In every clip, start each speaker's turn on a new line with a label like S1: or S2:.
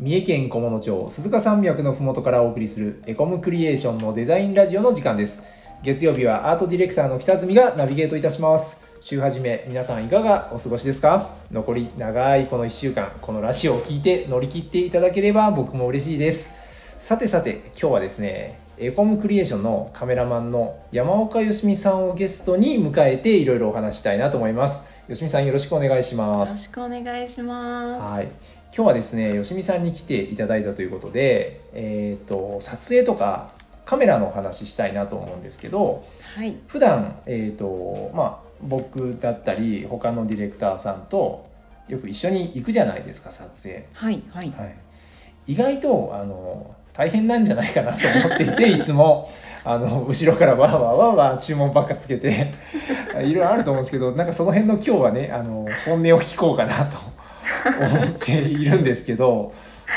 S1: 三重県菰野町鈴鹿山脈のふもとからお送りするエコムクリエーションのデザインラジオの時間です月曜日はアートディレクターの北角がナビゲートいたします週始め皆さんいかがお過ごしですか残り長いこの1週間このラジオを聞いて乗り切っていただければ僕も嬉しいですさてさて今日はですねエコムクリエーションのカメラマンの山岡よしみさんをゲストに迎えていろいろお話ししたいなと思いますよしみさんよろしくお願いし
S2: よ
S1: ま
S2: ろ
S1: す
S2: しくお願いします。
S1: はい、今日はですね、よしみさんに来ていただいたということで、えー、と撮影とかカメラのお話ししたいなと思うんですけど、
S2: はい、
S1: 普段えー、とまあ僕だったり他のディレクターさんとよく一緒に行くじゃないですか撮影。
S2: はい、はい。
S1: はい、意外とあの大変なんじゃないかなと思ってい ていつもあの後ろからわーわーわーわー注文ばっかつけていろいろあると思うんですけどなんかその辺の今日はねあの本音を聞こうかなと思っているんですけど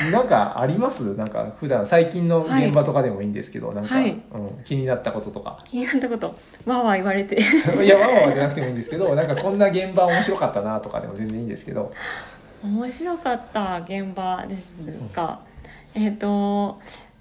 S1: なんかありますなんか普段最近の現場とかでもいいんですけど、なんか、
S2: は
S1: う
S2: い
S1: ん、気になったこととか
S2: 気になったこと、わーわー言われて。
S1: いやわーわーじゃなくてもいいんですけどなんかこんな現場面白かったなとかでも全然いいんですけど。
S2: 面白かった現場ですか。えっ、と、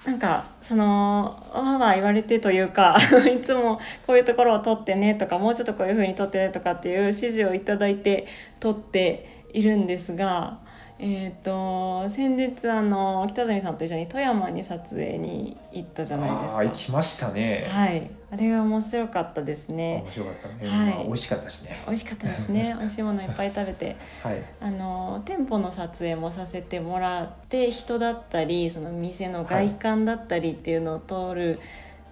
S2: なんか、その、わーわー言われてというか、 いつもこういうところを撮ってねとか、もうちょっとこういう風に撮ってねとかっていう指示をいただいて撮っているんですが、えっ、と、先日、あの、北谷さんと一緒に富山に撮影に行ったじゃないです
S1: あ
S2: か。
S1: ー行きましたね。
S2: はい、あれが面白かったですね
S1: 面。白かったね、
S2: はい
S1: まあ美味しかったしね。
S2: 美味しかったで すね。美味しいものいっぱい食べて、
S1: はい。
S2: あの店舗の撮影もさせてもらって、人だったり、その店の外観だったりっていうのを通る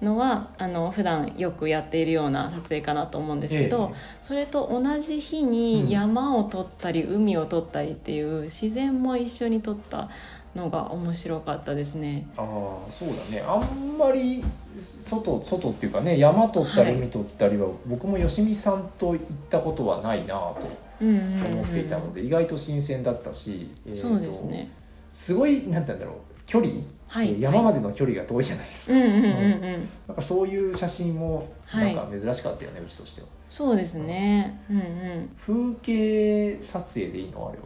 S2: のは、あの普段よくやっているような撮影かなと思うんですけど、
S1: え
S2: それと同じ日
S1: うん
S2: に山を撮ったり、海を撮ったりっていう自然も一緒に撮ったのが面白かったですね。
S1: えああ、そうだね。あんまり外外っていうかね、山取ったり
S2: はい
S1: 海取ったりは、僕もよしみさんと行ったことはないなぁと
S2: うんうんうん、
S1: 思っていたので、意外と新鮮だったし、えーと
S2: そうです。ね。
S1: すごいなんて言うんだろう、距離、
S2: は
S1: えー
S2: い、
S1: 山までの距離が遠いじゃないですか。
S2: うんうんうんうん。
S1: なんかそういう写真も
S2: は
S1: ないんか珍しかったよね、うちとしては。
S2: そうですね。うんうん。
S1: 風景撮影でいいのあれは。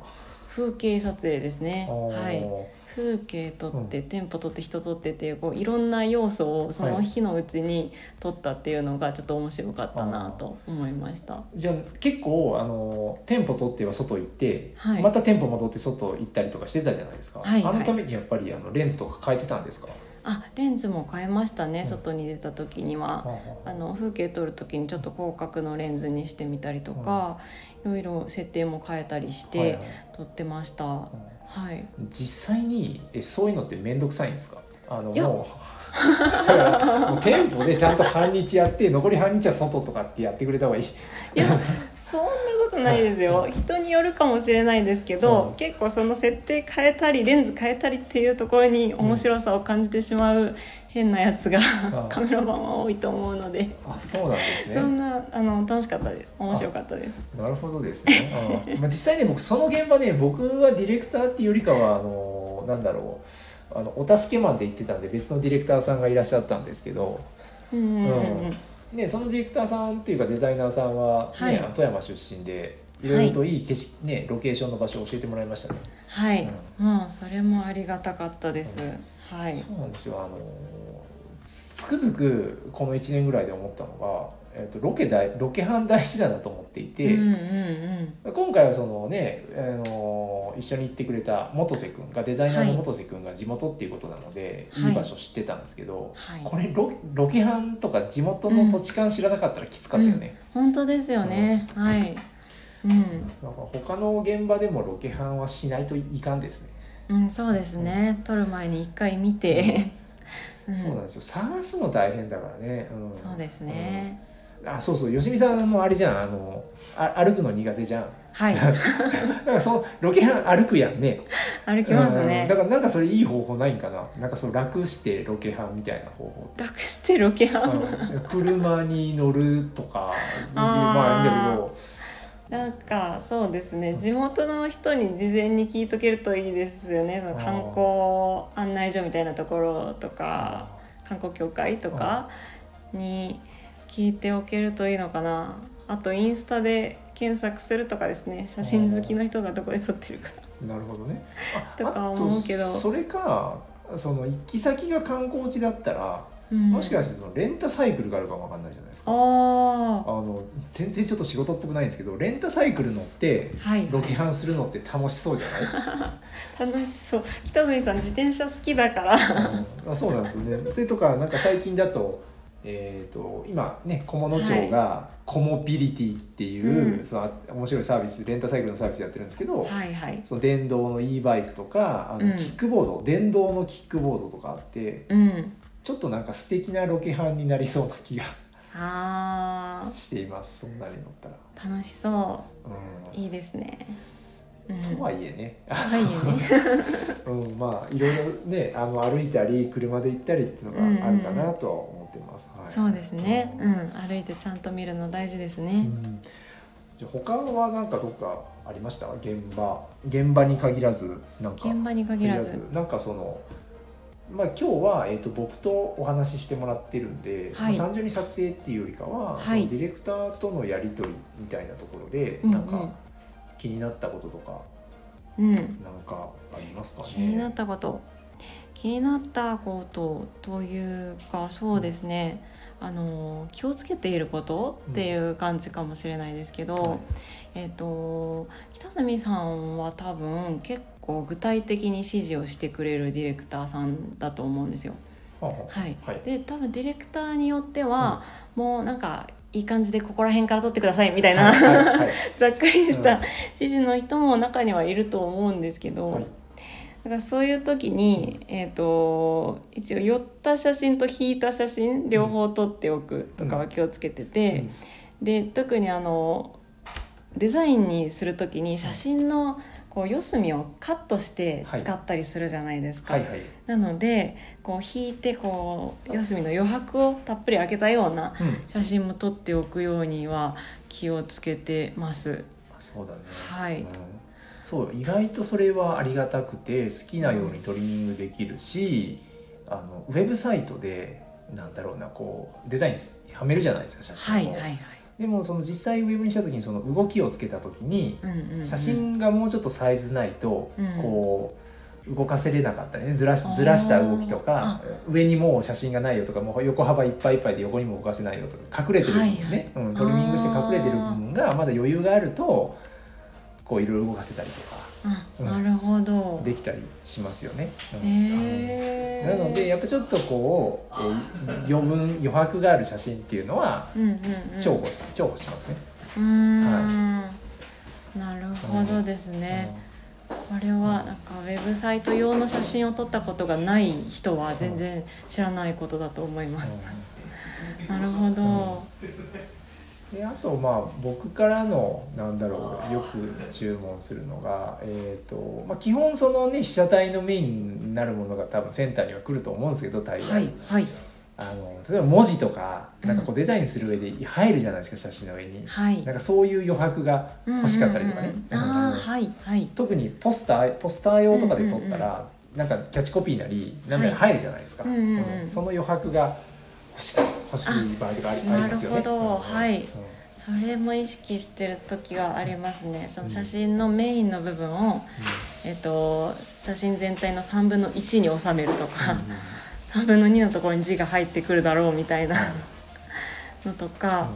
S2: 風景撮影ですね。
S1: あー
S2: はい。風景撮って、店舗撮って、人撮ってっていう、こういろんな要素をそ
S1: は
S2: の
S1: い
S2: 日のうちに撮ったっていうのがちょっと面白かったなと思いました。
S1: じゃあ結構あの店舗取っては外行って、
S2: はい
S1: また店舗戻って外行ったりとかしてたじゃないですか、
S2: はいはい
S1: あのためにやっぱりあのレンズとか変えてたんですか、
S2: あ、レンズも変えましたね。
S1: ん
S2: 外に出た時には。あの風景撮る時にちょっと広角のレンズにしてみたりとか、いろいろ設定も変えたりし
S1: はいは
S2: て
S1: い
S2: 撮ってました。
S1: うん
S2: はい。
S1: 実際にえそういうのって面倒くさいんですかあの
S2: いや
S1: もう だからもう店舗でちゃんと半日やって残り半日は外とかってやってくれた方がいい
S2: いやそんなことないですよ人によるかもしれないですけど、
S1: うん
S2: 結構その設定変えたりレンズ変えたりっていうところに面白さを感じてしまう変なやつが、
S1: ん
S2: カメラマンは多いと思うので、
S1: あそうなんです
S2: そん
S1: ね
S2: なあの楽しかったです面白かったです
S1: なるほどですね、うんまあ、実際ね僕その現場ね僕はディレクターっていうよりかはあのなんだろうあのお助けマンで行ってたんで別のディレクターさんがいらっしゃったんですけど
S2: うんうんう
S1: う
S2: んうんん
S1: ね、そのディレクターさんというかデザイナーさんは、ね
S2: はい
S1: 富山出身でいろいろといい景色、ね、ロケーションの場所を教えてもらいましたね。
S2: はい、もうそれもありがたかったです、はい
S1: そうなんですよあのつくづくこの1年ぐらいで思ったのが、えっとロケ大ロケハン大事だなと思っていて、
S2: うんうんうん
S1: 今回はそのね、あの一緒に行ってくれた元瀬君がデザイナーの
S2: はい
S1: 元瀬君が地元っていうことなので、
S2: はい
S1: いい場所知ってたんですけど、
S2: はい
S1: これロロケハンとか地元の土地勘知らなかったらきつかったよね。
S2: 本当ですよね、はいうん
S1: なんか他の現場でもロケハンはしないといかんですね。
S2: うん、そうですね。撮る前に一回見て。うん
S1: そうなんですよ。探すの大変だからね。うん、
S2: そうですね。
S1: あ、そうそう。よしみさんもあれじゃん。あのあ歩くの苦手じゃん。
S2: はい、
S1: だからそのロケハン歩くやんね。
S2: 歩きます
S1: うん
S2: ね
S1: だ。からなんかそれいい方法ないんかな。なんかその楽してロケハンみたいな方法。
S2: 楽してロケハン。
S1: うん 車に乗るとか
S2: ー
S1: まあいいんだけど。
S2: なんか、そうですね。地元の人に事前に聞いとけるといいですよね。その観光案内所みたいなところとか、観光協会とかに聞いておけるといいのかな。あとインスタで検索するとかですね。写真好きの人がどこで撮ってるか。
S1: なるほどね。あ
S2: とか思うけど
S1: あとそれかその行き先が観光地だったら、
S2: うん
S1: もしかしてそのレンタサイクルがあるかもわかんないじゃないですか。
S2: あ
S1: あの全然ちょっと仕事っぽくないんですけどレンタサイクル乗って
S2: あはい
S1: ロケハンするのって楽しそうじゃない
S2: 楽しそう北住さん自転車好きだから
S1: あそうなんですよね。それとかなんか最近だと,、えー、と今ね菰野町がコモビリティっていう、
S2: うん
S1: その面白いサービスレンタサイクルのサービスやってるんですけど、
S2: はいはい
S1: その電動の e バイクとかあの
S2: うん
S1: キックボード、電動のキックボードとかあって
S2: うん
S1: ちょっとなんか素敵なロケハンになりそうな気が
S2: あ
S1: していますそんなに乗ったら。
S2: ー楽しそ
S1: うん
S2: ういいですね、うん、
S1: とはいえね、
S2: とはいえね
S1: うん、まあいろいろねあの歩いたり車で行ったりっていうのがあるかなとは思ってます。はい
S2: そうですねうん歩いてちゃんと見るの大事です
S1: う
S2: ね、
S1: んじゃあ他はなんかどっかありました現場現場に限らずなんか
S2: 現場に限らず
S1: なんかそのまあ今日は、えー、と僕とお話ししてもらってるんで、
S2: はい
S1: まあ単純に撮影っていうよりかは、
S2: はい
S1: そのディレクターとのやり取りみたいなところで、
S2: うんうん
S1: なんか気になったこととか
S2: うん
S1: なんかありますかね
S2: 気になったこと気になったことというかそうですねあの気をつけていることっていう感じかもしれないですけど、
S1: はい
S2: えっ、と北住さんは多分結構具体的に指示をしてくれるディレクターさんだと思うんですよ。
S1: はあは
S2: はい、
S1: はい
S2: で多分ディレクターによっては、もうなんかいい感じでここら辺から撮ってくださいみたいな、
S1: あはいはい
S2: ざっくりし
S1: う
S2: た指示の人も中にはいると思うんですけど。
S1: はい
S2: だからそういう時に、えー、と一応寄った写真と引いた写真両方撮っておくとかは気をつけてて、で特にあのデザインにする時に写真のこう四隅をカットして使ったりするじゃないですか。
S1: はいはい
S2: なのでこう引いてこう四隅の余白をたっぷり開けたような
S1: うん
S2: 写真も撮っておくようには気をつけてます。
S1: そうだね。
S2: はい
S1: うんそう意外とそれはありがたくて好きなようにトリミングできるし、あのウェブサイトでなんだろうなこうデザインはめるじゃないですか写
S2: は
S1: 真
S2: い
S1: を、
S2: はいはい。
S1: でもその実際ウェブにした時にその動きをつけた時に
S2: うんうんうん
S1: 写真がもうちょっとサイズないと、
S2: うん
S1: こう動かせれなかったりねずらしずらした動きとか上にもう写真がないよとかもう横幅いっぱいいっぱいで横にも動かせないよとか隠れてる部分ね、うん、トリミングして隠れてる部分がまだ余裕があるとこういろいろ動かせたりとか
S2: あ
S1: うん
S2: なるほど。
S1: できたりしますよね。うん
S2: え
S1: なのでやっぱちょっとこうえー余分余白がある写真っていうのは
S2: うんうんうん、
S1: 重宝し重宝しますね。
S2: うーん、なるほどですね、これはなんかウェブサイト用の写真を撮ったことがない人は全然知らないことだと思います、
S1: うん
S2: なるほど、
S1: であとまあ僕からのなんだろうよく注文するのが、えーとまあ、基本そのね被写体のメインになるものが多分センターには来ると思うんですけど大概、
S2: はいはい
S1: あの例えば文字とか
S2: うん
S1: なんかこうデザインする上で入るじゃないですか写真の上に、
S2: はい
S1: なんかそういう余白が欲しかったりとかね、
S2: うんうんうん
S1: うん
S2: ああはいはい
S1: 特にポスターポスター用とかで撮ったら、なんかキャッチコピーなりなんなり入るじゃないですか、
S2: はいうんうんうん
S1: その余白が欲し欲しい場合とかあり
S2: あ
S1: ありますよね。
S2: なるほど
S1: うんうん
S2: はい
S1: うん
S2: それも意識してる時がありますねその写真のメインの部分を、えっと写真全体の3分の1に収めると か、3分の2のところに字が入ってくるだろうみたいなのとか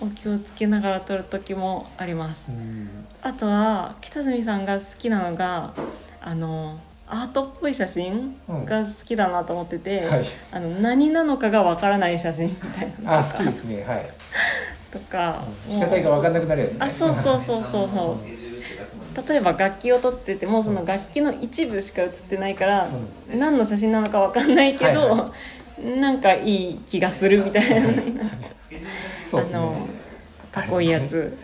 S2: を気をつけながら撮る時もあります
S1: う。ん
S2: あとは北住さんが好きなのがあのアートっぽい写真が好きだなと思ってて、
S1: はい、
S2: あの何なのかがわからない写真みたいな
S1: あ好きですねはい
S2: とか
S1: 被写体が分かんなくなるやつ、ね、
S2: あそうそう
S1: う
S2: そうそうそう
S3: スケジュールって楽なんで
S2: 例えば楽器を撮っててもその楽器の一部しか写ってないから、
S1: う
S2: 何の写真なのかわかんないけど、
S1: は
S2: なんかいい気がするみたいな、
S3: スケジュール
S1: そうです
S2: あ
S1: ね
S2: のかっこいいやつ。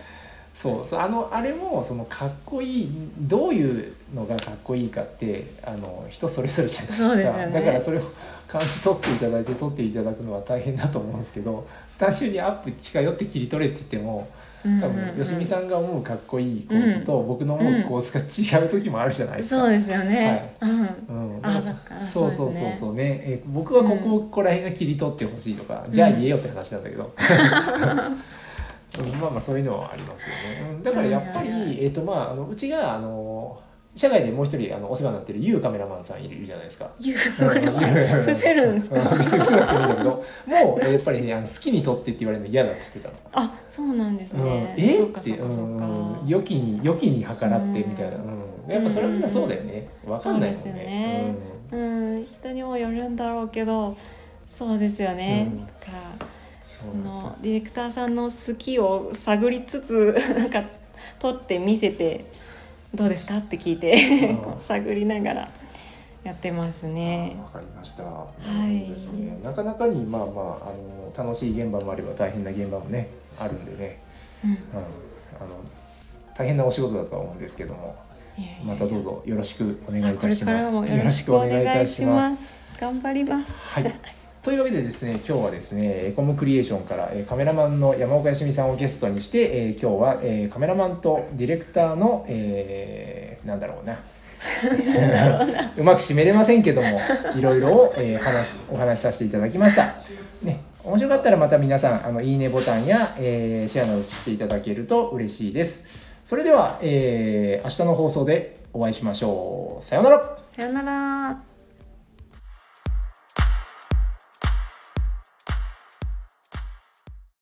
S1: そうそうあのあれもそのかっこいいどういうのがかっこいいかってあの人それぞれじゃないですか
S2: そうですよね
S1: だからそれを感じ取っていただいて取っていただくのは大変だと思うんですけど単純にアップ近寄って切り取れって言っても多
S2: うんうんう
S1: 分
S2: ん
S1: 吉見さんが思うかっこいい構図と僕の思う構図が違う時もあるじゃないですか。
S2: そうですよね。うん。
S1: うん
S2: あ
S1: だ
S2: だ
S1: か
S2: からら
S1: そうそ
S2: そううです
S1: そう
S2: ね
S1: そうね、えー僕はここ、ここら辺が切り取ってほしいとか、じゃあ言えよって話なんだけど、 うんまあまあそういうのはありますよねうんだからやっぱり、
S2: はいはいはい
S1: えっ、とまああのうちがあの社外でもう一人あのお世話になってる YOU カメラマンさんいるじゃないですか。
S2: 言うこれは伏せるんですか
S1: うん伏せなくてもいいんだけどもうやっぱりねあの好きに撮ってって言われるの嫌だって言ってたの。
S2: あそうなんです
S1: うん
S2: ね、
S1: え
S2: そ
S1: っ
S2: うか
S1: て
S2: そう
S1: う
S2: かそうか、
S1: ん良きに良きに計らってみたいな、うん、やっぱそれもそうだよね分かんないもん
S2: そうですよ
S1: ね
S2: ねうん人にもよるんだろうけどそうですよね、
S1: うん
S2: だから
S1: そ
S2: そう
S1: なんですよ
S2: のディレクターさんの好きを探りつつ なんか撮って見せてどうですかって聞いて、
S1: うん
S2: こう探りながらやってますね。
S1: わかりました。はいですね。なかなかにまあまああの楽しい現場もあれば大変な現場もねあるんでね。
S2: うん
S1: うん、あの大変なお仕事だとは思うんですけども、
S2: いやいや
S1: またどうぞよろしくお願いい
S2: こ
S1: た
S2: れ
S1: します。
S2: からもよろしくお願い
S1: よろ
S2: い
S1: した
S2: し
S1: くお願
S2: ま。す。頑張ります。
S1: はい。というわけでですね、今日はですね、エコムクリエーションからえーカメラマンの山岡よしみさんをゲストにして、えー今日は、えーカメラマンとディレクターの、えーなんだろうな。うまく締めれませんけども、いろいろを、えー話お話しさせていただきました。ね、面白かったらまた皆さん、あのいいねボタンや、えーシェアなどしていただけると嬉しいです。それでは、えー明日の放送でお会いしましょう。さようなら。
S2: さよなら。